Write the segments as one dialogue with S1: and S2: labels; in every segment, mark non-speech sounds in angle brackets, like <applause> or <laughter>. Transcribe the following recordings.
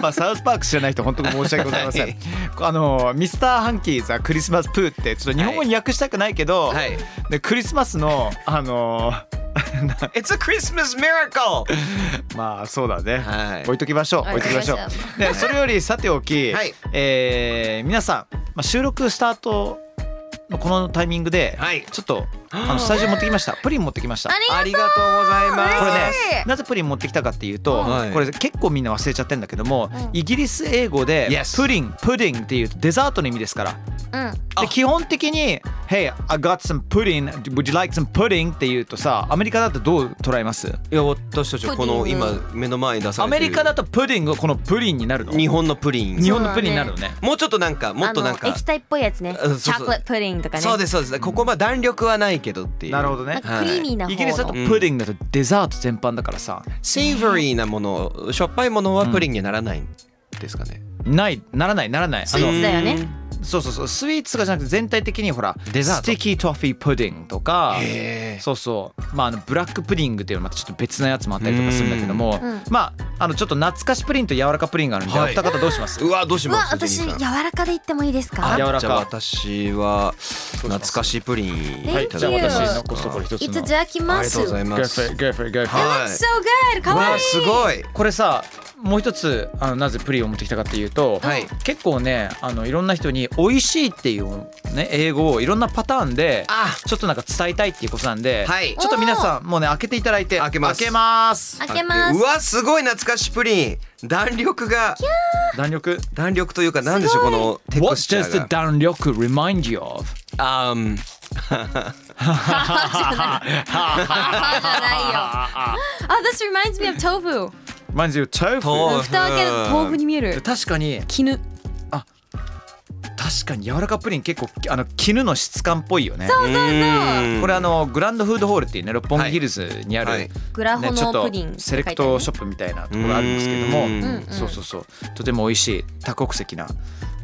S1: まあサウスパーク知らない人本当に申し訳ございません。
S2: はい
S1: あのミスターハンキーザクリスマスプーってちょっと日本語に訳したくないけど、
S2: はい。
S1: でクリスマスのあの
S2: It's a Christmas miracle.
S1: まあそうだね、
S2: はい
S1: 置いときましょう
S3: はい
S1: 置いときましょ
S3: わかりま
S1: う。でそれよりさておき、
S2: はい
S1: えー皆さん、まあ、収録スタートのこのタイミングで、
S2: はい
S1: ちょっとあのスタジオ持ってきましたプリン持ってきました。
S2: ありがとうございます。
S1: これね
S3: 嬉しい
S1: なぜプリン持ってきたかっていうと、
S2: はい
S1: これ結構みんな忘れちゃってるんだけども、イギリス英語で
S2: Yes
S1: プリンプディングっていうデザートの意味ですから
S3: うん。
S1: で基本的に「Hey I got some pudding would you like some pudding?」って言うとさアメリカだとどう捉えます
S2: いや私たちはこの
S3: プディング
S2: 今目の前に出さ
S1: ア
S2: れて
S1: メ
S2: る
S1: リカだとプディングこのプリンになるの
S2: 日本のプリン
S1: 日本のプリンになるのね
S2: もうちょっとなんかもっとなん
S3: あ
S2: か
S3: の液体っぽいやつね。
S2: うん
S3: チ
S2: そうそ
S3: ョ
S2: う
S3: コレートプディングとかね。
S2: そうですそうですここまあ弾力はないけどっていう
S1: なるほどね
S3: なんかクリーミーな方の。
S1: イギリスだとプディングだとデザート全般だからさ
S2: セーブリーなものしょっぱいものはプリンにはならないんですかね、
S1: ないならないならない
S3: スイーツだよね。
S1: そうそうそうスイーツがじゃなくて全体的にほら
S2: デザート
S1: スティキートフィープディングとか
S2: へー
S1: そうそうまああのブラックプディングっていうのはまたちょっと別なやつもあったりとかするんだけども
S3: うん
S1: まああのちょっと懐かしプリンと柔らかプリンがあるんで、
S2: はい
S1: お二方どうします
S2: うわどうし
S3: うわ
S2: ま、す
S3: 私
S2: ジェニ
S3: 柔
S2: ーさん
S3: らかで言ってもいいです
S1: あ
S3: か
S1: 柔。らか
S2: じゃあ私は懐かしいプリン
S3: Thank
S1: はいじゃあ
S3: you
S1: 私のコストコリ一つ
S3: い
S1: の
S3: つじゃあき
S2: あ
S3: ま
S2: りが
S3: す。
S2: とうござい
S3: It
S2: ますは
S1: girlfriend, girlfriend.
S3: looks so good. かわ
S2: わ
S3: い
S2: あ
S3: い。
S2: すごい
S1: これさもう一つあのなぜプリンを持ってきたかっていうと、
S2: はい
S1: 結構ねあのいろんな人に「美味しい」っていう、ね、英語をいろんなパターンで
S2: あ
S1: ちょっとなんか伝えたいっていうことなんで、
S2: はい
S1: ちょっと皆さんもうね開けていただいて
S2: 開けます
S1: 開けます
S3: 開けます
S2: う。わすごい懐かしいプリン弾力が
S1: 弾力
S2: 弾力というかなんでしょうこのテク
S1: What
S2: スチャ
S1: does the
S2: ー
S1: 弾力 remind you of?
S2: があーん
S3: あじゃないよ。あ、this reminds me of tofu。
S1: Reminds you of tofu
S2: 豆腐
S3: 蓋を開けると豆腐に見える。
S1: 確かに
S3: 絹。
S1: 確かに柔らかプリン結構あの絹の質感っぽいよね
S2: うーん
S1: これあのグランドフードホールっていうね六本木ヒルズにある、
S2: はいはい
S3: グラ
S1: ね
S3: ホ
S1: ちょっ
S3: のプディングっ
S1: と
S3: て
S1: セ
S3: 書い
S1: レ
S3: てあ
S1: ク
S3: るね。
S1: トショップみたいなところあるんですけども、
S2: うん
S3: うん
S1: そうそうそうとても美味しい多国籍な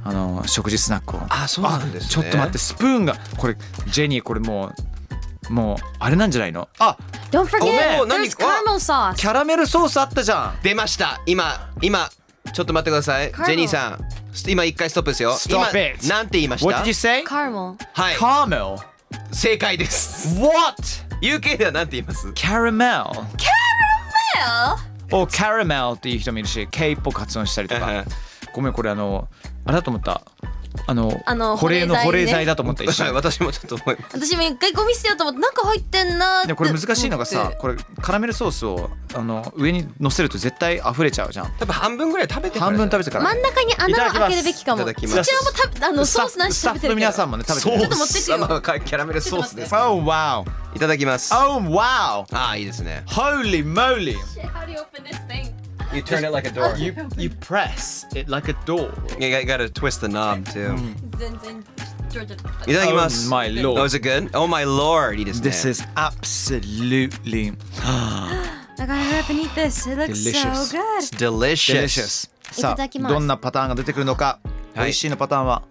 S1: あの食事スナックを
S2: あそうなんですね
S1: ちょっと待ってスプーンがこれジェニーこれもうもうあれなんじゃないのあ
S3: Don't
S2: ごめ
S3: forget.
S2: ん何
S3: There's caramel sauce.
S1: キャラメルソースあったじゃん
S2: 出ました今今ちょっと待ってくださいジ
S3: カーボン
S2: ェニーさんす今一回ストップですよ
S1: Stop it
S2: 今なんて言いまし
S1: What
S2: た
S1: did you say?
S3: カーモン。
S2: はい
S1: カーメル
S2: 正解です
S1: What?
S2: UK ではなんて言います
S1: キャラメ
S3: あ
S1: ルをキャラメルっていう人もいるし K っぽく発音したりと
S2: うんう
S1: か
S2: ん
S1: ごめんこれあのあれだと思ったあの
S3: あの
S1: 保冷の保
S3: 保冷剤ね
S1: 冷剤だと思った一
S2: は
S3: <laughs>
S1: 瞬
S2: い私もちょっと思い
S3: 私も一回ゴミ捨てようと思ってなんか入ってんなーって
S1: でもこれ難しいのがさ
S3: 思って
S1: これカラメルソースをあの上に乗せると絶対溢れちゃうじゃん
S2: 多分半分ぐらい食べてから
S1: 半分食べて
S2: て
S1: から
S3: 真ん中に穴を開けるべきかも
S2: いただき
S3: そ
S2: ます
S3: ちらも食べあの
S1: ス
S3: ソ
S1: タッ
S3: ー
S1: フ
S3: スなし食べてる
S1: スタッフの皆さんもね食べてる
S3: ちょっと持ってくよ
S2: 様がキャラメルソースです
S1: Oh wow
S2: いただきます
S1: Oh wow
S2: ああいいですね
S1: Holy moly
S2: You turn it like a door
S1: You, you press it like a door
S2: You gotta twist the knob too
S3: 全然
S2: いただきます
S1: Oh my lord
S2: Oh is it good? Oh my lord いいですね
S1: This is absolutely
S3: だからやっぱ似て It looks
S1: Delicious.
S3: so good
S2: Delicious
S1: delicious
S3: い
S1: さ
S3: ただき
S1: あ
S3: ます
S1: どんなパターンが出てくるのか美
S2: はい
S1: 味しいのパターンは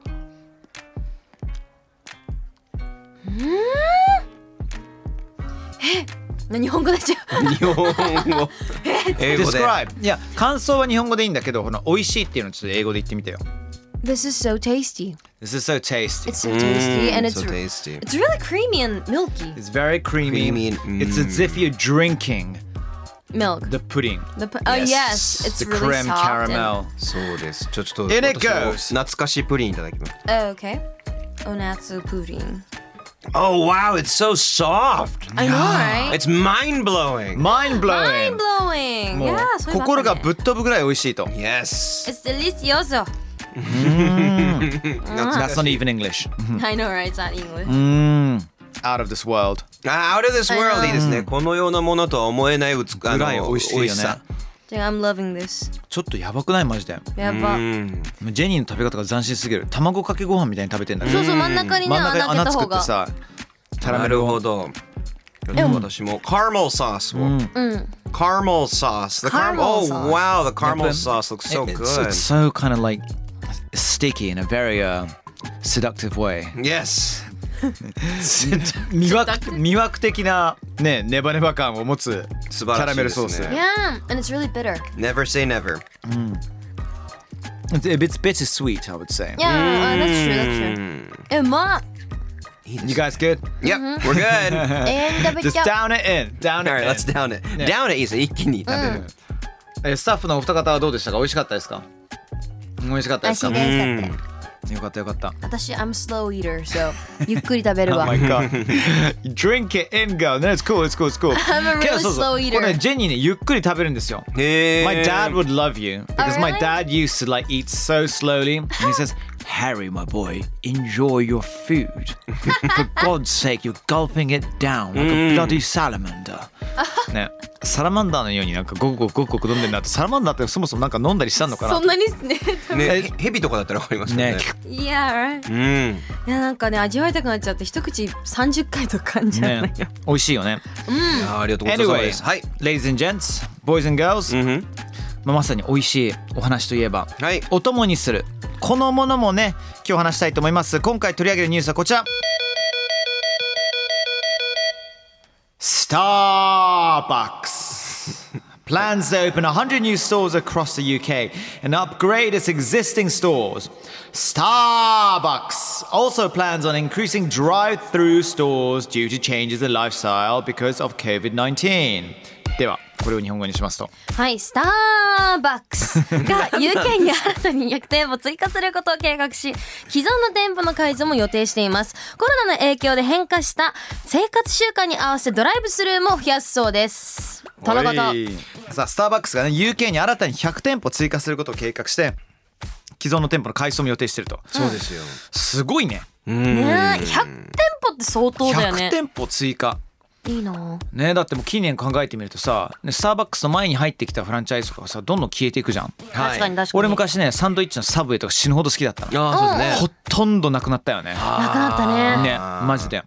S3: 日本語 <laughs> になっちゃう。
S2: <laughs> 日本語英語で
S1: Describe いや感想は日本語でいいんだけどこの美味しいっていうのをちょっと英語で言ってみてよ
S3: This is so tasty.
S1: This is so tasty
S3: It's so
S2: うん
S3: tasty and it's
S2: so tasty
S3: it's really creamy and milky
S1: It's very creamy.
S2: Creamy, mm.
S1: It's as if you're drinking
S3: milk.
S1: the pudding.
S3: The pu- oh
S2: Yes,
S3: yes, it's
S1: the
S3: really
S1: creme
S3: soft. and-
S1: caramel.
S2: そうですちょちょっと
S1: In it
S2: 私も
S1: goes.
S2: 懐かしいプリンいただきます
S3: Oh, okay. Oh, Onatsu pudding.
S2: Oh wow it's so soft
S3: I know, right?
S2: It's mind blowing
S1: Mind blowing.
S3: Mind blowing.
S1: もう
S3: Yeah, そういうのあったね
S1: 心がぶっ飛ぶぐらい美味しいと。
S2: Yes
S3: It's delicioso.
S1: That's not even English.
S3: I know, right? It's not English.
S1: Mm. Out of this world.
S2: あ Out of this
S3: あ
S2: world
S3: の
S2: いいですねこのようなものとは思えない美あ
S1: ぐ
S2: の
S1: らい美味しいよね
S2: 美味さ
S3: I'm loving this.
S1: ちょっとやばくないマジで。
S3: や
S2: う
S3: ば。
S2: ん
S1: ジェニーの食べ方が斬新すぎる。卵かけご飯みたいに食べてんだけど
S3: そうそう、真ん中にね、
S1: 真ん中に
S3: 穴開け
S1: 穴
S3: た方
S1: 作って
S3: が。
S1: さ、キャラ
S2: な
S1: メル
S2: る
S1: を
S2: ほど私もカーメルソースを、
S3: うん。
S2: Caramel sauce. The caramel.
S3: Caramel
S2: Oh
S3: sauce.
S2: wow, the caramel
S1: Yep.
S2: sauce looks so
S1: It's,
S2: good.
S1: it's so kind of like sticky in a very uh, seductive way.
S2: Yes.
S1: 魅惑魅惑的なねネバネバ感を持つキ
S2: 素晴ら
S1: ャラ
S2: しいですね
S1: メルソース。
S2: Yeah.
S3: Yeah, and it's really bitter.
S2: Never say never.
S1: It's a bit bittersweet, I would say.
S3: Yeah, uh, that's true, that's
S2: Mm.
S3: true. え、うまっ
S1: You guys good?
S2: Yep, we're
S1: <laughs>
S2: good.
S3: えー、食べ
S1: Just
S3: ちゃう。
S1: down it in, down it
S2: All right,
S1: in.
S2: let's down it. Down it いいですね。一気に食べる。
S1: えスタッフのお二方はどうでしたか美味しかったですか美味しかったです
S3: 私
S1: か
S3: ですだって。
S1: よかったよかった。
S3: 私、I'm slow eater, so ゆっくり食べる
S1: <laughs>
S3: わ。
S1: god. Drink it and go. No, it's cool, it's cool, it's cool.
S3: I'm a
S1: けど
S3: really
S1: そうそう
S3: slow
S1: これ
S3: eater.
S1: ねジェニーね、ゆっくり食べるんですよ。
S2: へー
S1: My dad would love you because my
S3: really?
S1: dad used to like eat so slowly. And he says, Harry, my boy, enjoy your food. For God's sake, you're gulping it down like
S2: Mm.
S1: a bloody salamander. ね、サラマンダーのようになんかごくごくごくごく飲んでるなって、サラマンダーってそもそもなんか飲んだりしたのかな
S3: そんなにね、 <laughs>
S2: ね、へ蛇とかだったらわかりますよ
S1: ね。
S2: ね
S3: Yeah, right?
S2: うん。
S3: いや、なんかね、味わいたくなっちゃって、一口30回とかんじゃうの
S1: ね
S3: よ。
S1: 美味しいよね。
S2: あーありがとうござい
S1: Anyway,
S2: ます。はい。
S1: ladies and gents, boys and girls、
S2: うんふん
S1: まあまさに美味しいお話といえば、
S2: はい。
S1: お供にするこのものもね今日話したいと思います今回取り上げるニュースはこちらスターバックス Plans to open 100 new stores across the UK and upgrade its existing stores. Starbucks also plans on increasing drive through stores due to changes in lifestyle because of COVID 19. では、これを日本語にしますと。
S3: はい、スターバックスが UK に新たに100店舗追加することを計画し、既存の店舗の改造も予定しています。コロナの影響で変化した生活習慣に合わせてドライブスルーも増やすそうです。とのこと。
S1: おいさあスターバックスがね UK に新たに100店舗追加することを計画して既存の店舗の改装も予定してると
S2: そうですよ。
S1: すごいね
S3: ねえ、100店舗って相当だよ
S1: 100
S3: ね。
S1: 店舗追加
S3: いいな
S1: ねだってもう近年考えてみるとさねスターバックスの前に入ってきたフランチャイズとかがさどんどん消えていくじゃん
S3: 確かに確かに。
S1: 俺昔ねサンドイッチのサブウェイとか死ぬほど好きだったの
S2: ああ、そうです
S1: ほ
S2: ね。
S1: とんどなくなったよね
S3: なくなったね。
S1: ねマジで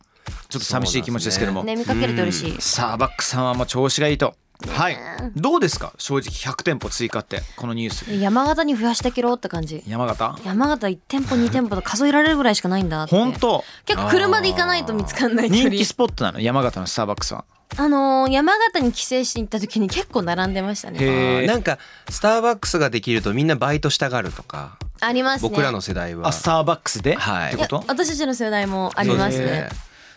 S1: ちょっと寂しい気持ちですけども、
S3: ね、見かけると嬉しい。
S1: スターバックスさんはもう調子がいいとはいどうですか正直100店舗追加ってこのニュース
S3: 山形に増やしてけろって感じ。
S1: 山形
S3: 山形1店舗2店舗と数えられるぐらいしかないんだって。
S1: 本当
S3: 結構車で行かないと見つかんない距
S1: 人
S3: 離
S1: 気スポットなの山形のスターバックスは
S3: あのー山形に帰省して行った時に結構並んでましたね
S2: あーなんかスターバックスができるとみんなバイトしたがるとか、
S3: ありますね
S2: 僕らの世代は。
S1: あスターバックスで、
S2: はい
S1: ってこと
S3: いや私たちの世代もあります
S2: そう
S3: ね
S2: で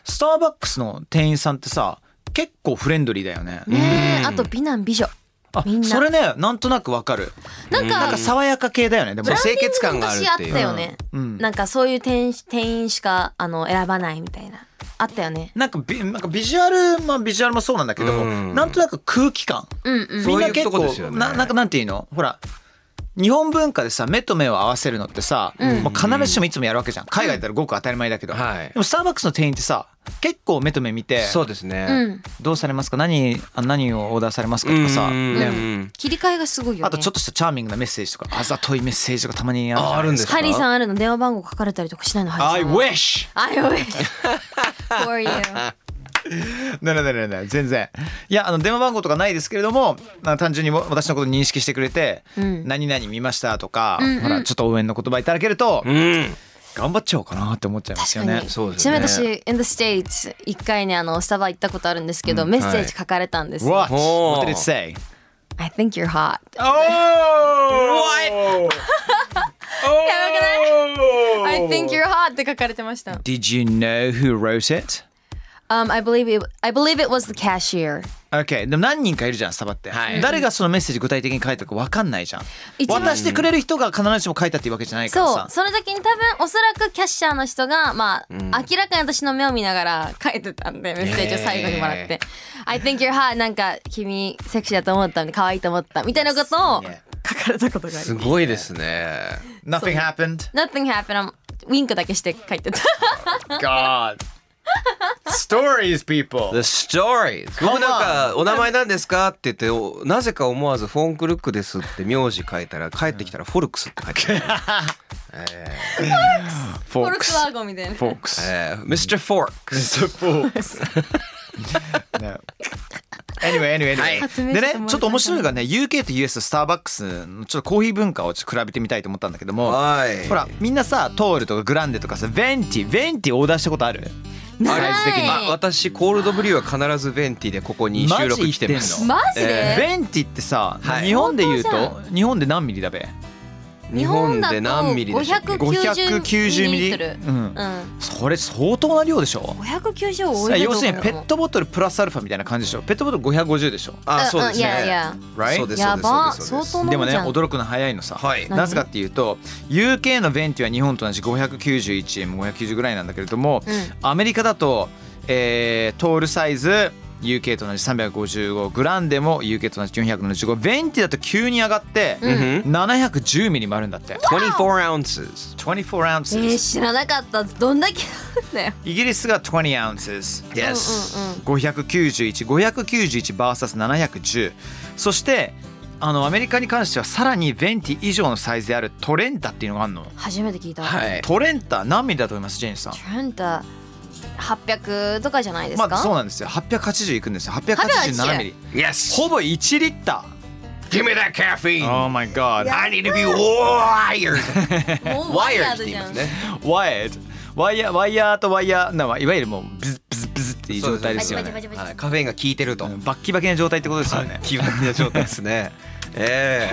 S2: す
S1: スターバックスの店員さんってさ結構フレンドリーだよね、
S3: ねえあと美男美女
S1: あ
S3: みんな
S1: それねなんとなくわかる
S3: なんか
S1: なんか爽やか系だよねでも
S2: ブラ清潔感があるって
S3: 昔あ
S2: いう
S3: ったよね、なんかそういう店店員しかあの選ばないみたいなあったよね
S1: なんかビなんかビジュアルまあビジュアルもそうなんだけども、
S2: うん
S1: なんとなく空気感
S3: うんうん
S1: みんな
S2: そういう
S1: 結
S2: と
S1: 構
S2: こですよね
S1: ななんかなんていうのほら日本文化でさ目と目を合わせるのってさ、もう必ずしもいつもやるわけじゃん海外だったらごく当たり前だけど、
S2: はい
S1: でもスターバックスの店員ってさ結構目と目見て
S2: そうですね。
S3: うん
S1: どうされますか何あ何をオーダーされますかとかさ、
S2: うん
S1: ね
S2: うん
S3: 切り替えがすごいよね
S1: あとちょっとしたチャーミングなメッセージとかあざといメッセージとかたまにあるじゃない
S2: と
S3: ハリーさんあるの電話番号書かれたりとかしないのハリー
S1: I
S3: さんは
S1: wish!
S3: I wish for you
S1: ねねねねね全然いやあの電話番号とかないですけれどもあの単純にも私のこと認識してくれて「
S3: うん
S1: 何々見ました」とか、
S3: うんうん
S1: ほらちょっと応援の言葉いただけると、
S2: うん。
S1: 頑張っちゃおうかなって思っちゃいますよね
S3: 確かに
S2: そうで
S3: ち
S2: す
S3: なみ
S2: ね
S3: に私 in the states 一回ねあのスタバ行ったことあるんですけど、メッセージ書かれたんですよ、
S1: What?
S2: お
S1: What
S2: ー
S1: did it say?
S3: I think you're hot
S1: Oh!
S3: やば
S1: What?
S3: くない I think you're hot って書かれてました、
S1: Did you know who wrote it?
S3: um, I believe it I believe it was the cashier
S1: OK でも何人かいるじゃんスタバって、誰がそのメッセージ具体的に書いたか分かんないじゃん
S3: 一番
S1: 渡してくれる人が必ずしも書いたっていうわけじゃないから
S3: そ
S1: さ
S3: うその時に多分おそらくキャッシャーの人がまあ、明らかに私の目を見ながら書いてたんでメッセージを最後にもらって「I think you're hot」なんか「君セクシーだと思ったので可愛いと思った」みたいなことを書かれたことがあ
S2: す
S3: る。
S2: ごいですね。
S1: Nothing happened
S3: Nothing happened ウィンクだけして書いてた
S1: God Stories people
S2: The story! 僕なんか、お名前なんですかって言ってお、なぜか思わずフォンクルックですって名字書いたら、帰ってきたらフォルクスって書いてある。
S1: フ
S3: <laughs> フォルクスワーゴンみたいな
S1: Folks
S2: えー Mr. Forks!
S1: Folks <laughs> No. Anyway, anyway, anyway. でね、ちょっと面白いのがね、UK と US とスターバックスのちょっとコーヒー文化をちょっと比べてみたいと思ったんだけども、
S2: はい。
S1: ほら、みんなさ、トールとかグランデとかさ、ヴェンティ、ヴェンティオーダーしたことある
S3: ない
S1: サイズ的に
S3: は
S2: あ私、コールドブリューは必ずベンティでここに収録来てま
S1: マジ言って
S2: す
S1: ん。の
S3: マジで、
S1: ベンティってさ、
S2: はい
S1: 日本で言う
S3: 本
S1: と日本で何ミリだべ
S2: 日本で何ミリでしたっけ
S3: 590
S1: 590
S3: ミ
S1: ミ
S3: リリ
S1: リ
S3: ットル
S1: うん
S3: うん
S1: それ相当な量でしょ
S3: 590多いかどうか
S1: 要するにペットボトルプラスアルファみたいな感じでしょペットボトル550でしょ
S2: あ、そうです
S3: いやい
S2: ね
S3: や。
S1: Right？
S2: そうです、そ
S3: や
S2: うです
S3: ば
S2: そうです。
S3: 相当な
S1: で
S3: も
S1: も
S3: ん
S1: ね
S3: じゃん
S1: 驚くの早いのさ、
S2: はい
S1: なぜかっていうと UK のベンティは日本と同じ 591m590 ぐらいなんだけれども、
S3: う
S1: アメリカだと、えートールサイズ UK と同じ355グランデも UK と同じ475ベンティだと急に上がって、
S3: うん
S2: うんふん
S1: 710ミリもあるんだって
S2: 24 ounces。
S1: 24
S3: え
S1: ounces、
S3: ー、知らなかったどんだけなんだよ
S1: イギリスが20 ounces
S3: うんうんうん
S1: 591,591vs710 そしてあのアメリカに関してはさらにベンティ以上のサイズであるトレンタっていうのがあるの、
S3: 初めて聞いた、
S2: はい。
S1: トレンタ何ミリだと思いますジェインさん
S3: トランタ800とかじゃないですか、
S1: まあそうなんですよ880いくんですよ887ミリ
S2: Yes!
S1: ほぼ1リッタ
S2: Give me that caffeine!
S1: ー Oh my god
S2: I need to be
S3: <laughs>
S2: wired!
S3: もう
S2: <laughs>
S3: ワイヤ
S2: wired
S3: ー
S2: って
S3: じ
S2: 言いま
S3: ゃん
S2: すね。
S1: ワイヤーワイヤーワイヤーとワイヤーなまあいわゆるもうブズブズブズっていう状態ですよ
S3: そう
S1: ね
S3: です
S2: はい、カフェインが効いてると。
S1: うんバッキバキな状態ってことですよね
S2: 基本的な状態ですね。え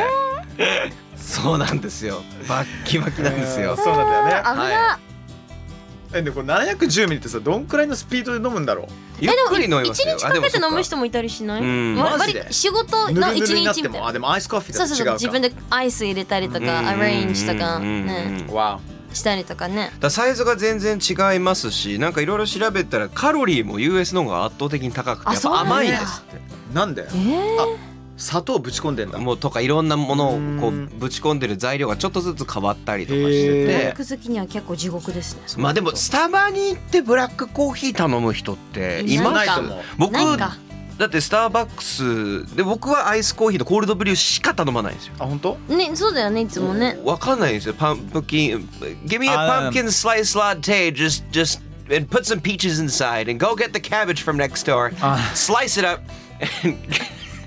S2: えそうなんですよ。バッキバキなんですよ。
S1: そうなんだよね
S3: 危な、
S1: えでこれ710ミリってさどんくらいのスピードで飲むんだろ
S2: ゆっくり飲
S3: 一
S2: みますよ。
S3: 日かけて飲む
S2: も
S3: 人もいたりしない
S2: うん
S3: わ
S1: マジで
S3: 割り仕事
S1: うぬ
S3: の
S1: る
S3: 一
S1: ぬるになっ
S3: 日
S1: て
S3: みたい
S1: も
S3: な
S1: あでもアイスコーヒー
S3: そ
S1: だ
S3: う
S1: と
S3: そう
S1: 違う
S3: そう
S1: か
S3: 自分でアイス入れたりとかアレンジとかね
S1: わ
S3: したりとかね
S2: だサイズが全然違いますし、なんかいろいろ調べたらカロリーも US の方が圧倒的に高くて、
S3: あ
S2: やっ
S3: そうな
S2: ぱ
S3: んだ
S2: 甘いですっ
S1: おなんだよ
S3: えー、
S1: 砂糖ぶち込んでん
S2: て。
S1: だ
S2: もうとかいろんなものをこ
S1: う
S2: うんぶち込んでる材料がちょっとずつ変わったりとかし
S1: へ
S2: て
S1: ー
S2: て
S3: 僕。好きには結構地獄ですね
S2: まあでもスタバに行ってブラックコーヒー頼む人ってい
S3: な
S2: ま
S1: ない
S2: す
S1: と思う
S2: 僕
S3: なんか
S2: だってスターバックスで僕はアイスコーヒーとコールドブリューしか頼まないんですよ。
S1: あ本当
S3: ねそうだよねいつもね
S2: わかんないんですよ。パンプキン、give me a
S1: あ
S2: pumpkin slice latte, just just and put some peaches inside and go get the cabbage from next door,
S1: あ
S2: slice it up and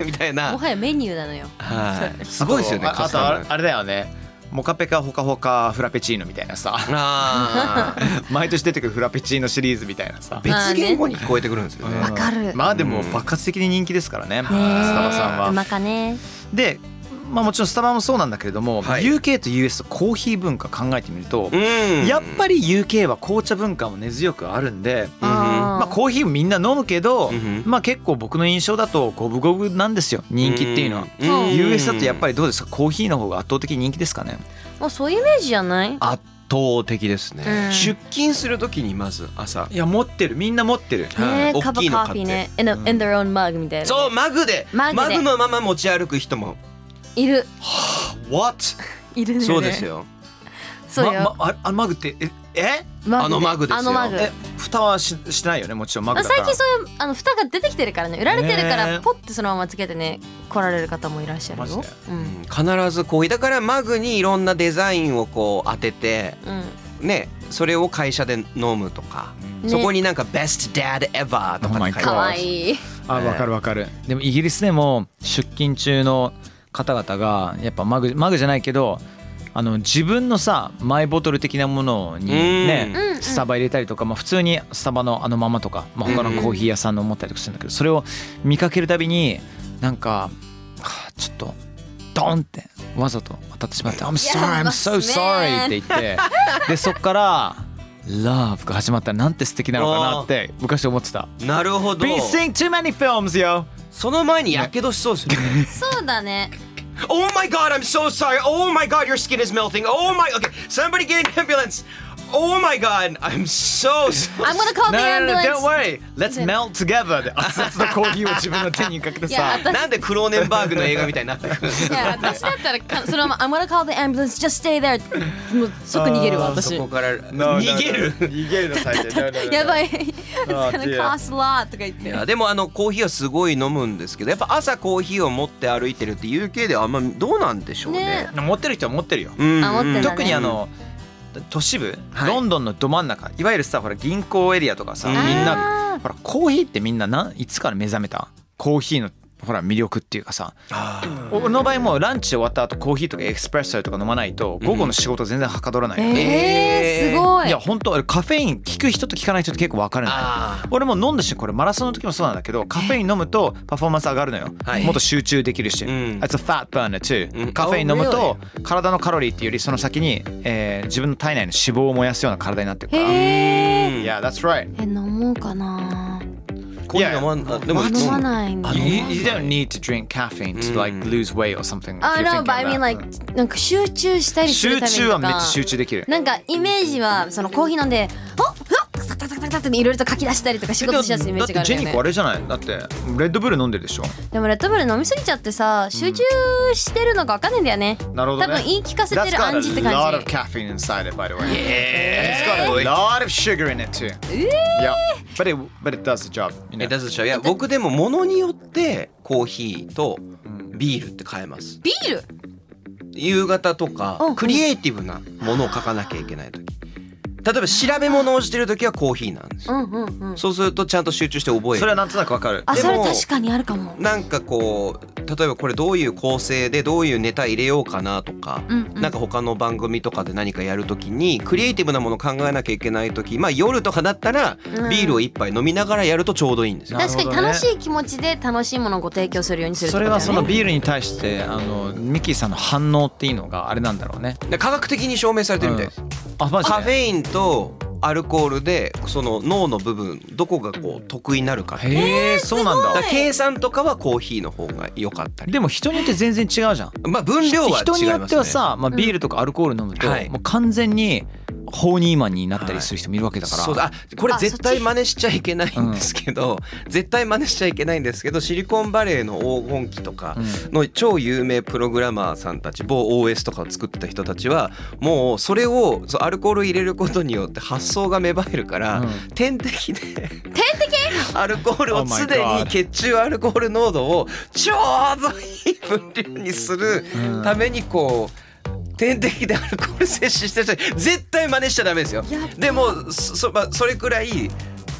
S2: みたい
S3: も
S2: な。
S3: はやメニューなのよ
S2: はい。すごいですよね。
S1: あと
S2: カ
S1: あ
S2: ス
S1: と
S2: タ
S1: あ
S2: ム
S1: れあれだよねモカペカホカホカフラペチーノみたいなさ <laughs>
S2: あ
S1: 毎年出てくるフラペチーノシリーズみたいなさ
S2: ー別言語に聞こえてくるんですよね
S3: わ。かる
S1: まあでも爆発的に人気ですからねスタバさん
S3: う
S1: は
S3: まかね
S1: でまあもちろんスタバもそうなんだけれども
S2: はい
S1: UK と US とコーヒー文化考えてみると
S2: うん。
S1: やっぱり UK は紅茶文化も根強くあるんで
S2: うん
S1: まあ、コーヒーみんな飲むけど、
S2: うん
S1: まあ、結構僕の印象だと五分五分なんですよ人気っていうのは。
S3: うん
S1: US だとやっぱ
S2: り
S1: りどうですかコーヒーの方が圧倒的に人気ですかね
S3: もうそういうイメージじゃない
S2: 圧倒的ですね。
S3: うん
S2: 出勤するときにまず朝。
S1: いや持ってるみんな持 <laughs> ってる
S3: ね
S2: う
S3: え
S2: ん
S3: カバ
S2: 大きい
S3: カ
S2: の
S3: ー
S2: 買って
S3: ヒーね in, a, in their own mug みたいな
S2: そうマグで
S3: マグで
S2: のまま持ち歩く人も
S3: いる
S2: What
S3: いるね
S2: そうですよ
S3: そうよ、
S1: ままああマグってええ
S3: マグで
S2: あのマグですよ
S3: あのマグ
S1: え蓋はししてないよねもちろんマグだから
S3: 最近そういうあの蓋が出てきてるからね売られてるか
S1: ね
S3: ら
S1: え
S3: ポッてそのままつけてね来られる方もいらっしゃる
S1: マジ
S3: よ
S1: で、
S3: うん
S2: 必ずコーヒーだからマグにいろんなデザインをこう当てて
S3: うん
S2: ねそれを会社で飲むとか、
S3: ね
S2: そこになんか Best Dad Ever とかって書
S1: Oh my
S2: いて
S3: かわ
S2: あ
S1: God
S2: る
S3: いい
S1: あわかるわかるでもイギリスでも出勤中の方々がやっぱマグマグじゃないけどあの自分のさマイボトル的なものにね
S2: うん
S3: う、ん
S1: スタバ入れたりとか、まあ、普通にスタバのあのままとか、まあ、他のコーヒー屋さんの持ったりとかするんだけどそれを見かけるたびになんかはあちょっとドンってわざと当たってしまって「I'm
S3: やばい
S1: sorry I'm
S3: っすね
S1: so sorry」って言ってでそっから「Love」が始まったらなんて素敵なのかなって昔思ってた。
S2: なるほど
S1: Been seeing too many films, yo!
S2: その前にやけどしそうですね
S3: そうだね
S2: <laughs> Oh my god, I'm so sorry. Oh my god, your skin is melting. Oh my okay, somebody get an ambulance. Oh my god, I'm so
S3: <laughs>
S2: sorry.
S3: I'm gonna call the
S1: No, no, no, don't
S3: ambulance
S1: worry. Let's melt together.
S2: <laughs>
S1: で熱々のコーヒーを自分の手にかけて
S3: いや
S1: さ。
S3: 私
S2: なんでクローネンバーグの映画みたいになってくるんです
S3: い
S2: か
S3: や私だったらかそのまま「I'm gonna call the ambulance just stay there」もう即逃げるわ私
S2: そこから逃げる。
S1: 逃げるの最低
S3: やば
S1: い。
S3: い「It's gonna cost a lot」とか言っ
S2: い
S3: て
S2: やでもあのコーヒーはすごい飲むんですけどやっぱ朝コーヒーを持って歩いてるって UK ではあんまどうなんでしょうね
S3: ね。
S1: <laughs> 持ってる人は持ってるよ。
S2: うん
S3: あ持ってんだね
S1: 特にあの都市部、
S2: はい
S1: ロンドンのど真ん中いわゆるさほら銀行エリアとかさ
S2: う
S1: みん
S2: あー
S1: な
S3: あー
S1: ほらコーヒーってみんなないつから目覚めたコーヒーのほら魅力っていうかさ俺の場合もうランチ終わった後コーヒーとかエクスプレッソとか飲まないと午後の仕事全然はかどらない、
S3: えー、すごい
S1: いや本当俺カフェイン効く人と効かない人って結構分かるのよ
S2: あ
S1: 俺も飲んだしこれマラソンの時もそうなんだけどカフェイン飲むとパフォーマンス上がるのよ、
S2: はい
S1: もっと集中できるし、
S2: うん
S1: It's a fat burner too、
S2: うん
S1: カフェイン飲むと体のカロリーっていうよりその先に、えー自分の体内の脂肪を燃やすような体になってるから、
S3: へえ
S1: Yeah that's right
S3: え飲もうかな
S2: コーヒー飲まんあでも
S3: 飲まないんだ
S2: あ
S1: you,
S2: 飲
S1: you
S2: まない
S1: don't need to drink caffeine to like
S2: うん
S1: lose weight or something if
S3: あー、
S1: you're
S3: no,
S1: thinking
S3: but I mean
S1: about-
S3: like なんか集中したりする
S1: 集
S3: ためにとか
S1: 中はめっちゃ集中できる
S3: なんかイメージはそのコーヒー飲んでおっふっタタタタタっていろいろと書き出したりとか仕事しやすいイメージがある
S1: だ
S3: よ
S1: ってジェニ
S3: ね
S1: コあれじゃないだってレッドブル飲んでるでしょ
S3: でもレッドブル飲みすぎちゃってさ集中してるのかわかんないんだよね
S1: なるほどね
S3: 多分言い聞かせてる暗示って
S1: That's got a lot
S3: 感
S1: of
S3: じ
S1: caffeine inside it by the way yeah it's got a lot of sugar in it too yeah but it but it does the job you
S2: え
S1: know
S2: だとしたらいや僕でも物によってコーヒーとビールって変えます。
S3: ビール
S2: 夕方とか
S3: うん
S2: クリエイティブなものを書かなきゃいけない時例えば調べ物をしてる時はコーヒーなんですよ
S3: うんうんうん
S2: そうするとちゃんと集中して覚える
S1: それはなんとなくわかる
S3: あ
S2: で
S3: そ
S2: も
S3: れ確かにあるかも
S2: なんかこう例えばこれどういう構成でどういうネタ入れようかなとか、
S3: うんうん
S2: なんか他の番組とかで何かやるときにクリエイティブなものを考えなきゃいけない時まあ夜とかだったら
S3: うん
S2: ビールを一杯飲みながらやるとちょうどいいんですよ。
S1: なる
S3: 確
S1: ほ
S3: か
S1: どね
S3: に楽しい気持ちで楽しいものをご提供するようにするって
S1: そ
S3: ことだ
S1: れ
S3: よ
S1: は
S3: ね
S1: そのビールに対してあのミキーさんの反応っていうのがあれなんだろうね
S2: で科学的に証明されてるみたいです。
S1: あマジで
S2: カフェインとアルコールでその脳の部分どこがこう得意になるかっていう
S1: へえそうなん
S2: だ
S1: だ
S2: から計算とかはコーヒーの方が良かったり
S1: でも人によって全然違うじゃん
S2: まあ分量は違いますね
S1: 人によってはさ、まあ、ビールとかアルコール飲むと、
S2: はい
S1: もう完全にホーニーマンになったりする人もいるわけだから、
S2: そうだあこれ
S3: あ
S2: 絶
S3: そっ
S2: 対
S3: ち
S2: 真似しちゃいけないんですけど、絶対真似しちゃいけないんですけどシリコンバレーの黄金期とかの超有名プログラマーさんたち某 OS とかを作ってた人たちはもうそれをそうアルコール入れることによって発想が芽生えるから、
S1: うん
S2: 点滴で点滴アルコールを
S1: Oh my
S2: す
S1: God
S2: でに血中アルコール濃度をちょうどいい分量にする
S1: うん
S2: ためにこう。点滴でアルコール摂取してる人絶対真似しちゃダメですよ
S3: やっ
S2: でもそそ,、まあ、それくらい、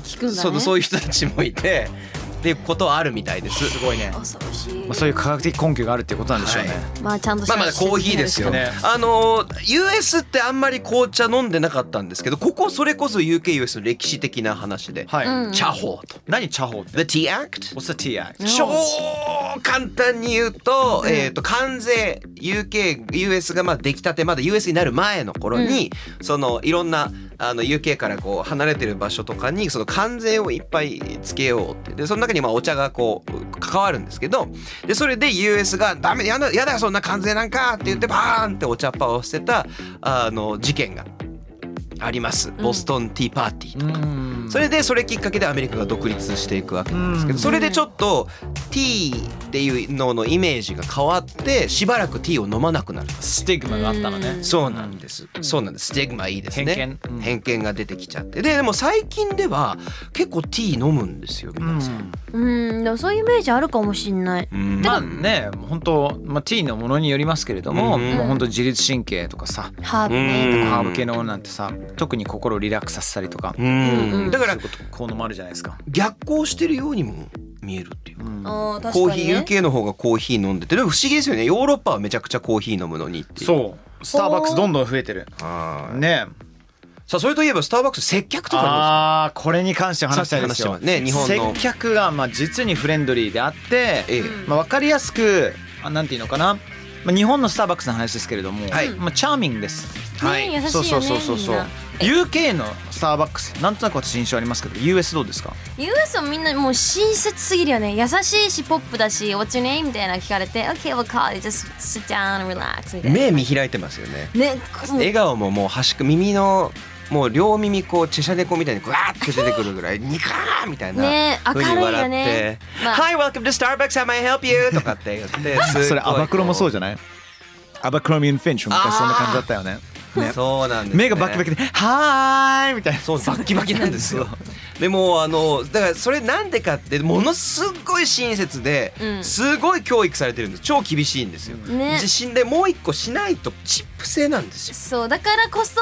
S3: 聞くんだ
S2: そ
S3: ね
S2: そういう人たちもいてっていうことはあるみたいです。すごいね
S3: 恐ろしい
S1: まあ、そういう科学的根拠があるっていうことなんでしょうね、
S2: はい
S3: まあちゃんとした
S2: まあまだコーヒーですよ。
S1: ね
S2: あのー US ってあんまり紅茶飲んでなかったんですけど、ここそれこそ UKUS の歴史的な話で、
S1: はい
S3: うん
S2: 茶法と。
S1: 何茶法って
S2: The Tea Act。
S1: What's the tea act?
S2: 超簡単に言うと、えっと関税 UK US がまあ出来たてまだ US になる前の頃に、そのいろんなあの UK からこう離れてる場所とかにその関税をいっぱいつけようってでその中にまあお茶がこう関わるんですけどでそれで US がダメやだやだそんな関税なんかって言ってバーンってお茶っ葉を捨てたあの事件があります。ボストンティーパーティーとか。
S1: うん
S2: それでそれきっかけでアメリカが独立していくわけなんですけ
S1: う
S2: ど
S1: ん
S2: それでちょっとティーっていうののイメージが変わってしばらくティーを飲まなくなる
S1: スティグマがあったのね
S2: そうなんですそうなんですスティグマいいですね
S1: 偏見うん
S2: 偏見が出てきちゃってででも最近では結構ティー飲むんですよ
S1: う
S2: 皆さん
S1: ん
S3: うんでもそういうイメージあるかもしんない
S2: うん
S1: まあね本当まあティーのものによりますけれども、
S2: うん
S1: もう本当自律神経とかさ
S3: ハーブね
S2: うん
S1: ハーブ系のものなんてさ特に心をリラックスさせたりとか、
S2: うんだから
S1: そういうこと効能もあるじゃないですか、
S2: 逆行してるようにも見えるっていうか
S1: うん
S3: あー確か
S2: コー
S3: に
S2: ヒ
S3: ね
S2: ー UK の方がコーヒー飲んでてでも不思議ですよねヨーロッパはめちゃくちゃコーヒー飲むのにっていう
S1: そうスターバックスどんどん増えてる
S2: はい
S1: ね
S2: さあそれといえばスターバックス接客とか
S1: ああーこれに関して話したいです
S2: さ
S1: よ、
S2: っき話してましたね日本の
S1: 接客がまあ実にフレンドリーであって、
S2: ええ
S1: まあ、分かりやすくあなんていうのかな、まあ、日本のスターバックスの話ですけれども、
S2: はい
S1: まあ、チャーミングです
S3: ね優しいよね
S1: そうそうそうそうそ
S3: み
S1: う
S3: んな
S1: UK のスターバックスなんとなく私印象ありますけど US どうですか
S3: US はみんなもう親切すぎるよね優しいしポップだし「What's your name?」みたいなの聞かれて「OK we'll call you just sit down and relax」みたいな
S2: 目見開いてますよね
S3: ねもう
S2: 笑顔ももう端っこ耳のもう両耳こうチェシャ猫みたいにこうわーって出てくるぐらいニカーみたいな
S3: ね
S2: 風に
S3: 明るい
S2: 笑
S3: よ
S2: っ
S3: ね
S2: て「
S3: まあ
S2: Hi welcome to Starbucks how may I help you」とかって言ってすっごい
S1: それアバクロもそう
S2: じ
S1: じゃないアバクロミンフィンチも昔そんな感じだったよね
S2: ゃん、そうなんです、ね、
S1: 目がバキバキで「はーい」みたいな
S2: そうバッキバキなんですよ。でもあのだからそれなんでかってものすごい親切で、
S3: うん
S2: すごい教育されてるんです超厳しいんですよ。
S3: ね
S2: 自信でもう一個しないとチップ制なんですよ。
S3: そうだからこそ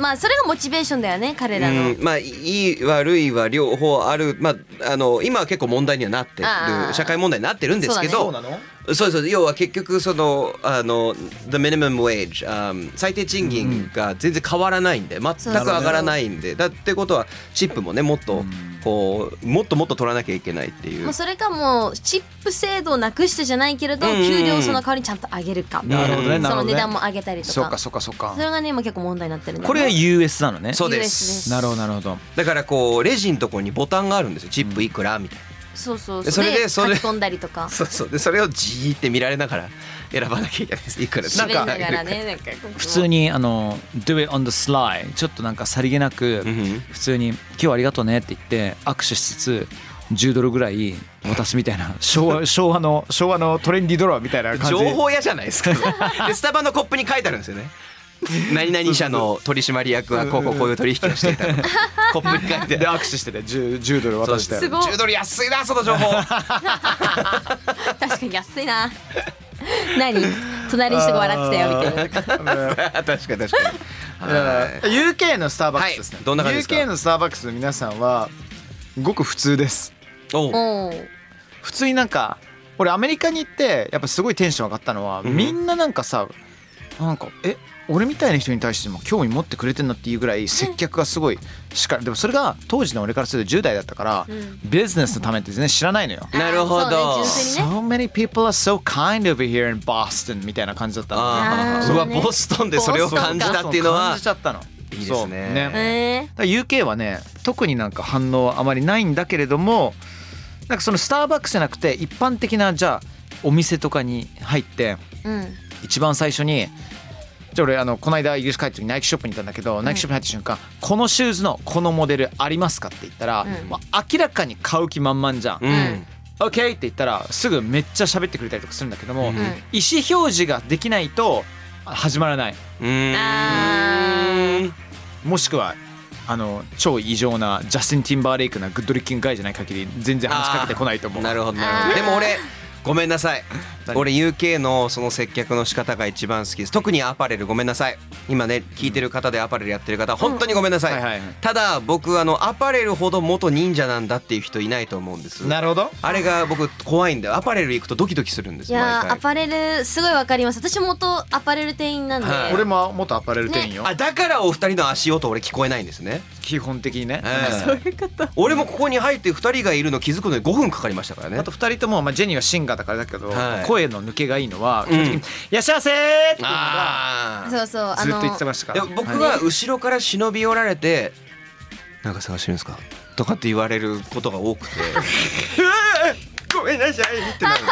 S3: まあそれがモチベーションだよね彼らの
S2: うん、まあいい悪いは両方ある、まあ、あの今は結構問題にはなって
S3: あー
S2: る社会問題になってるんですけ
S3: そ
S2: ど
S1: なの
S2: そうそう要は結局そのあの the minimum wage、um 最低賃金が全然変わらないんで全く
S3: そう
S2: 上がらないんでだってことはチップもねもっとこうもっともっと取らなきゃいけないっていう
S3: もうそれかもうチップ制度をなくしてじゃないけれど、
S2: うんうんうん
S3: 給料をその代わりにちゃんと上げるか
S1: なるほどねなる
S3: そ
S1: ほ
S3: の
S1: どね
S3: 値段も上げたりとか
S1: そうかそうかそうか
S3: それがね今結構問題になってるんだよ
S1: これが US なのね
S2: そうで
S3: US ですす
S1: なるほどなるほど
S2: だからこうレジのところにボタンがあるんですよチップいくらみたいな、
S3: そうそう
S2: それでそれ
S3: 書き込んだりとか
S2: そうそうでそれをじーって見られながら選ばなきゃいけないですいくら <laughs>
S3: 喋りなが
S2: なん
S3: らねなんか
S1: 普通
S3: に
S1: にあの「do it on the sly」ちょっとなんかさりげなく
S2: うんうん
S1: 普通に「今日はありがとうね」って言って握手しつつ10ドルぐらい渡すみたい
S2: <laughs>
S1: な昭和昭和の昭和のトレンディードラマみたいな感じ
S2: 情報屋じゃない <laughs> ですかでスタバのコップに書いてあるんですよね何々社の取締役はこうこうこういう取引をしていた <laughs> コップに書いてあ
S1: で
S2: る
S1: 握手してね 10, 10ドル渡して
S3: すごい
S2: 10ドル安いなその情 <laughs> 報
S3: 確かに安いな <laughs> 何隣の人が笑ってたよみたいな
S2: 確かに確かにはい
S1: UK のスターバックスですね、
S2: はいどんな感じですか
S1: UK のスターバックスの皆さんはごく普通です
S2: おう
S3: おー
S1: 普通になんか俺アメリカに行ってやっぱすごいテンション上がったのは、
S2: うん
S1: みんななんかさなんかえ俺みたいな人に対しても興味持ってくれてんなっていうぐらい接客がすごいしっかりでもそれが当時の俺からすると10代だったから、
S3: ん
S1: ビジネスのためって全然知らないのよ。
S2: <laughs> なるほ
S3: そ
S2: ど
S3: うね純粋にね
S1: So many people are so kind over here in Boston みたいな感じだったの。
S2: あ
S3: あー
S2: ーうわ
S3: そうね
S2: ボストンでそれを感じたっていうの
S1: 感
S2: は
S1: じちゃったの。
S2: いいですね
S1: そう
S3: え
S1: だから UK はね特になんか反応はあまりないんだけれどもなんかそのスターバックスじゃなくて一般的なじゃあお店とかに入って
S3: ーうん
S1: 一番最初にじゃあ俺あのこの間イギリス帰った時ナイキショップに行ったんだけど、ナイキショップに入った瞬間「このシューズのこのモデルありますか?」って言ったら、
S3: うん
S1: もう明らかに買う気満々じゃん。
S2: うん
S1: OK って言ったらすぐめっちゃ喋ってくれたりとかするんだけども、
S2: うん
S1: 意思表示ができないと始まらない。
S2: うん
S3: あ
S1: もしくはあの超異常なジャスティン・ティンバーレイクなグッドリッキングガイじゃない限り全然話しかけてこないと思う
S2: なるほどなるほ
S3: あー
S2: どでも俺ごめんなさい
S1: 何
S2: 俺 UK のその接客の仕方が一番好きです特にアパレルごめんなさい今ね聞いてる方でアパレルやってる方本当にごめんなさい,、
S1: はいはいはい
S2: ただ僕あのアパレルほど元忍者なんだっていう人いないと思うんです
S1: なるほど
S2: あれが僕怖いんだよアパレル行くとドキドキするんで
S3: い
S2: す
S3: や
S2: 毎
S3: ーア
S2: 回
S3: パレルすごいわかります私も元アパレル店員なんで、
S2: はい
S1: 俺も元アパレル店員よ、
S2: あだからお二人の足音俺聞こえないんですね、
S1: 基本的にね、
S2: ええ俺もここに入って二人がいるの気づくのに5分かかりましたからね
S1: あと2人とも、まあ、ジェニーはシンガーだからだけど、
S2: はい
S1: 声の抜けがいいのは
S2: うん
S1: 基本的に「いらっしゃいませ!」っていうのが
S2: あー
S3: そうそうあ
S1: ずっと
S3: の
S1: 言ってましたか
S2: い
S1: ら
S2: や僕は後ろから忍び寄られて「なんか探してるんですか?」とかって言われることが多くて <laughs> 「うわーごめんなさい」ってなるんですよ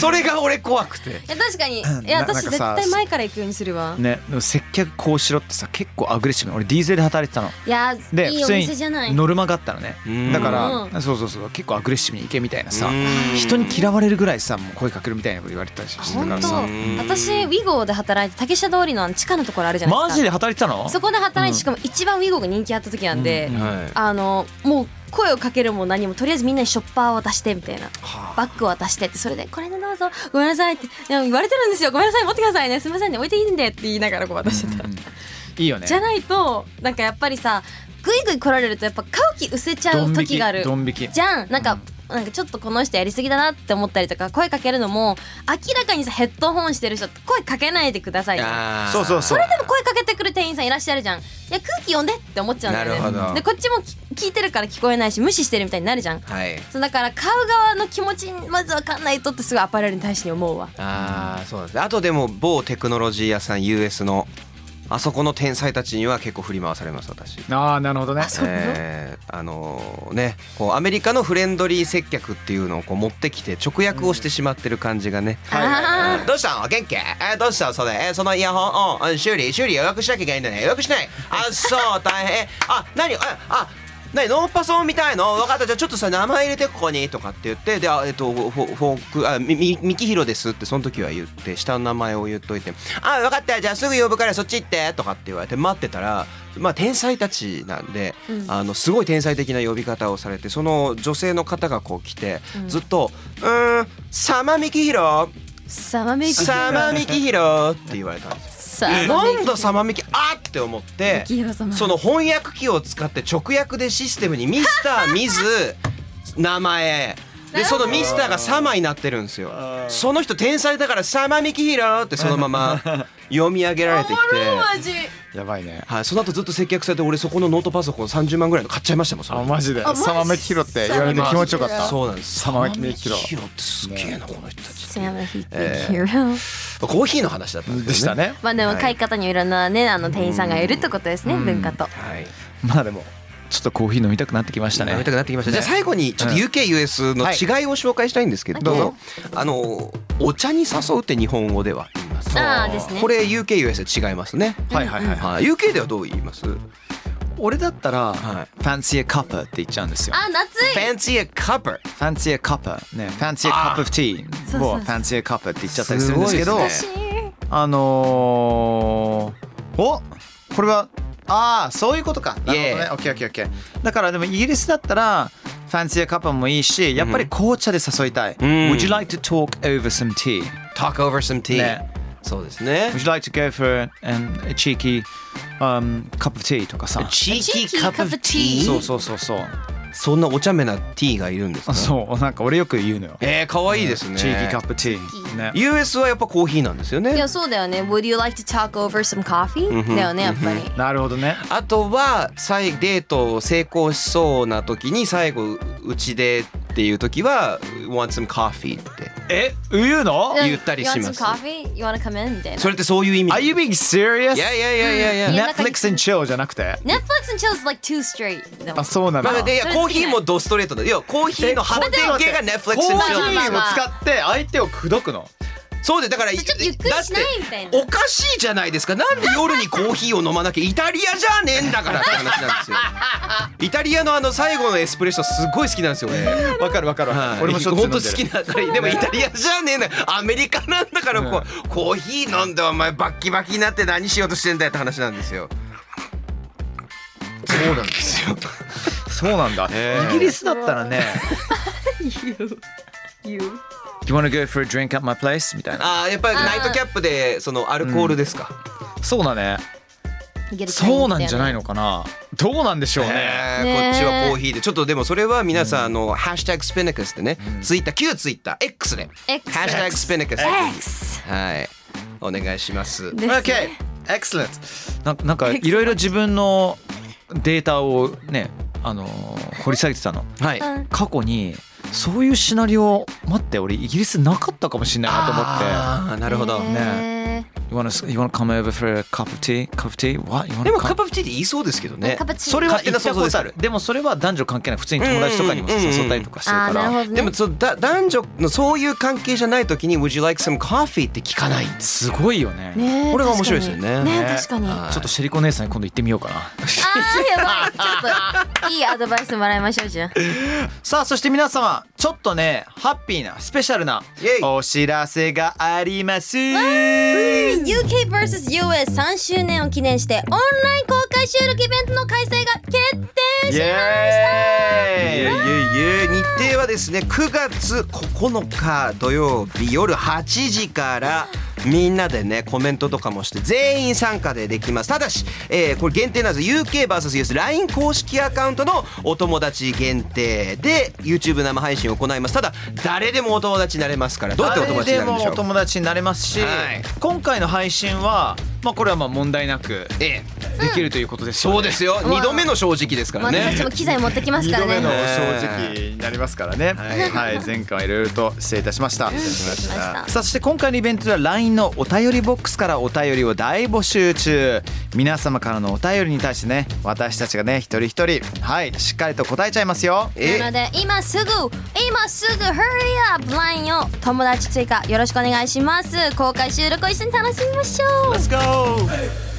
S2: それが俺怖くて
S3: いや確かにい
S1: うん
S3: や
S1: ななんか
S3: 私
S1: さ
S3: 絶対前から行くようにするわ
S1: ねでも接客こうしろってさ結構アグレッシブな俺 DJ で働いてたの
S3: いや
S1: で
S3: いいお店じゃない
S1: 普通にノルマがあったのね
S2: うん
S1: だからそうそうそう結構アグレッシブにいけみたいなさ
S2: うん
S1: 人に嫌われるぐらいさもう声かけるみたいなこと言われてたりしてたか
S3: 本
S1: ら
S3: 当
S1: さ
S2: ん
S3: 私ウィゴーで働いて竹下通りのあの地下のところあるじゃないですか
S1: マジで働いてたの
S3: そこで働いてしかも一番ウィゴーが人気あった時なんで、
S1: うん
S2: はい
S3: あのもう声をかけるも何もとりあえずみんなにショッパーを渡してみたいなバッグを渡してってそれで「これでどうぞごめんなさい」っていや言われてるんですよ「ごめんなさい持ってくださいねすみませんね置いていいんで」って言いながらこう渡してた、
S1: いいよね
S3: じゃないとなんかやっぱりさグイグイ来られるとやっぱ買う気失せちゃ
S1: ド
S3: う
S1: ン引
S3: 時
S1: き
S3: がある
S1: ドン引き
S3: じゃんなんか、なんかちょっとこの人やりすぎだなって思ったりとか声かけるのも明らかにさヘッドホンしてる人って声かけないでくださいとか
S2: あー
S1: そうそうそう
S3: でも声かけてくる店員さんいらっしゃるじゃんいや空気読んでって思っちゃうんだよね
S2: なるほど
S3: でこっちもき聞いてるから聞こえないし無視してるみたいになるじゃん
S2: はい
S3: そうだから買う側の気持ちまず分かんないとってすごいアパレルに対して思うわ
S2: ああそうなんですあとでも某テクノロジー屋さん US のあそこの天才たちには結構振り回されます私。
S1: ああなるほどね
S2: えーあのねこうアメリカのフレンドリー接客っていうのをこう持ってきて直訳をしてしまってる感じがね、
S1: はいはい
S3: あ
S2: どうしたの元気えーどうしたのそれえーそのイヤホンうんうん修理修理予約しなきゃいけないんだね予約しないあそう大変えあ何ああ何ノーパソンみたいの分かったじゃあちょっとさ名前入れてここにとかって言ってであえっとフォフォークあみみみきひろですってその時は言って下の名前を言っといてあ分かったじゃあすぐ呼ぶからそっち行ってとかって言われて待ってたらまあ天才たちなんで、あのすごい天才的な呼び方をされてその女性の方がこう来て、ずっと「うーん様みきひろ
S3: ーサマメイク
S2: サマミキヒロって言われたんです
S3: サ
S2: よ。
S3: マメイ
S2: なんだサマミキあっって思って
S3: キヒロ様
S2: その翻訳機を使って直訳でシステムにミスターミズ名前でそのミスターがサマになってるんですよその人天才だからサマミキヒロってそのまま読み上げられてきて
S3: マジ
S1: やばいね
S2: はいその後ずっと接客されて俺そこのノートパソコン30万ぐらいの買っちゃいましたもんそ
S1: あ
S2: れ
S1: マジで
S3: あマジ
S1: サマメキヒロって言われて気持ちよかった
S2: そうなんです
S1: サマメキヒロ
S2: サマってすげえなこの人たち
S3: サマメイクヒ
S2: え
S3: ロ
S2: コーヒーの話だったんですけど
S1: でしたね
S3: <laughs> まあでも買い方にいろんなねあの店員さんがいるってことですね
S1: うん
S3: 文化と
S2: はい
S1: まあでもちょっとコーヒー飲みたくなってきましたね
S2: 飲みたくなってきました。
S1: ね
S2: じゃあ最後にちょっと
S1: うん
S2: UKUS の違いを紹介したいんですけど、
S3: はい
S2: どうぞあのお茶に誘うって日本語では言います。
S3: ああですね
S2: これ UKUS で違いますね。
S1: はいはいはい、
S2: はい、UK ではどう言います？フ
S1: 俺だったら、
S2: はい
S1: ファンシーカップって言っちゃうんですよ
S3: あ夏い
S2: ァンシーカップ。
S1: ファンシーカップねファンシーカップティ
S3: そ
S1: ー
S3: うそう
S1: をファンシーカップって言っちゃったりするんですけど
S2: すごいで
S3: し
S2: す
S1: あのー、おこれはああそういうことかなるほどね
S2: Yeah
S1: オッケーオッケーオッケーだからでもイギリスだったらファンシーカップもいいしやっぱり紅茶で誘いたい、
S2: ん
S1: Would you like to talk over some tea?
S2: Talk over some tea、
S1: ね
S2: そうですね
S1: Would。you like to go for an, a cheeky、um, cup of tea とかさ
S2: Cheeky
S3: cheeky cup of tea
S1: そうそうそうそう
S2: そんなお茶目なティーがいるんです
S1: あ
S2: か？
S1: そうなんか俺よく言うのよ
S2: えー、可愛いですね。
S1: チーキーカップティーね
S2: US はやっぱコーヒーなんですよ
S3: い
S2: ね
S3: や。そうだよね Would you like to talk over some coffee? だよねやっぱり
S1: なるほどね
S2: あとは再デートを成功しそうな時に最後うちでっていう時は「want some coffee」って
S1: え言うの
S2: 言ったりします
S3: You want some coffee? You wanna come in? みたいな
S2: それってそういう意味
S1: Are you being serious?
S2: いやいやいやいやいや、
S3: うんいや
S1: Netflix and chill じゃなくて
S3: Netflix and chill is like too straight でも
S1: あそうな
S2: ま
S1: の
S2: あ、でいや
S3: それ
S2: コーヒーもドストレートだいやコーヒーの発展系が Netflix and
S3: コーヒ
S2: chill
S3: ーを
S1: 使って相手を口説くの
S2: そうでだからだ
S3: ちょっとゆっくりしないみたい
S2: っ
S3: な
S2: ておかしいじゃないですかなんで夜にコーヒーを飲まなきゃイタリアじゃねえんだからって話なんですよイタリアのあの最後のエスプレッソすごい好きなんですよね
S1: わかるわかる
S2: はい、
S1: 俺もしょっちゅう飲んで
S2: 本
S1: る
S2: 当好きだからでもイタリアじゃねえなアメリカなんだからこう、コーヒー飲んでお前バッキバキになって何しようとしてんだよって話なんですよそうなんですよ
S1: そうなんだ
S2: ええ
S1: イギリスだったらね You wanna go for a drink at my place? みたいな
S2: ああやっぱりナイトキャップでそのアルコールですか、
S1: そうだね
S3: Get a drink
S1: そうなんじゃない
S3: み
S1: のかなどうなんでしょうね
S2: えー
S3: ねえ
S2: こっちはコーヒーでちょっとでもそれは皆さん、あの「ハッシュタグスペネクス」でね、ツイッター旧ツイッター X で「
S3: たいな X
S2: ハッシュタグスペネクス」
S3: X
S2: はいお願いします
S3: です
S1: OK! Excellent! なんかなんかいろいろ自分のデータをねあのー掘り下げてたの
S2: はい、
S3: うん
S1: 過去にそういうシナリオ待って俺イギリスなかったかもしれないなと思って
S2: ああなるほど、
S3: ね
S1: You wanna, you wanna come over for a cup of tea? Cup of tea? What? You wanna
S2: でも
S1: come-
S2: カップオブティーって言いそうですけどね
S3: カプチー
S1: それは言った
S2: 勝手な想
S1: こ
S2: 像で
S1: と
S2: す
S1: あるでもそれは男女関係ない普通に友達とかにも
S2: うんうんうんうん
S1: 誘ったりとかしてる
S3: あ
S1: か
S3: ーなるほ
S1: ら
S3: ど
S2: で
S3: ね
S2: もそうだ男女のそういう関係じゃない時に「Would you like some coffee?」って聞かない
S1: すごいよね
S3: ねえ
S2: これが面白いですよ
S3: 確
S2: ね
S3: かにねえ確かに
S2: は
S3: あ
S2: い
S1: ちょっとシェリコ姉さんに今度行ってみようかな
S3: ーやばいちょっといいアドバイスもらいましょうじゃあ
S1: <laughs> さあそして皆様ちょっとねハッピーなスペシャルな
S2: イエイ
S1: お知らせがあります
S3: UK vs US 3周年を記念してオンライン公開収録イベントの開催が決定
S1: イ
S3: し
S2: いえいえい
S1: エーイ
S2: え日程はですね9月9日土曜日夜8時からみんなでねコメントとかもして全員参加でできますただし、えーこれ限定なんです UKVSUSLINE 公式アカウントのお友達限定で YouTube 生配信を行いますただ誰でもお友達になれますからどうやってお友達になるんでし
S1: 誰
S2: ょう
S1: もお友達になれますし、
S2: はい
S1: 今回の配信は、まあ、これはまあ問題なくで
S2: ええ
S1: きるということですよね、
S2: そうですよ
S3: ん
S2: 2度目の正直ですから
S3: 私たち
S2: ね
S3: も機材持ってきます
S1: 二
S3: から
S1: 度
S3: ね
S1: 目の
S3: はい
S1: 正直になりますからね。はい、前回いろいろと失礼いたしました。
S3: しました
S1: さあそして今回のイベントでは LINE のお便りボックスからお便りを大募集中。皆様からのお便りに対してね、私たちがね一人一人はいしっかりと答えちゃいますよ。
S2: え
S3: なので今すぐ今すぐ Hurry up LINE を友達追加よろしくお願いします公開収録を一緒に楽しみましょう
S1: Let's go!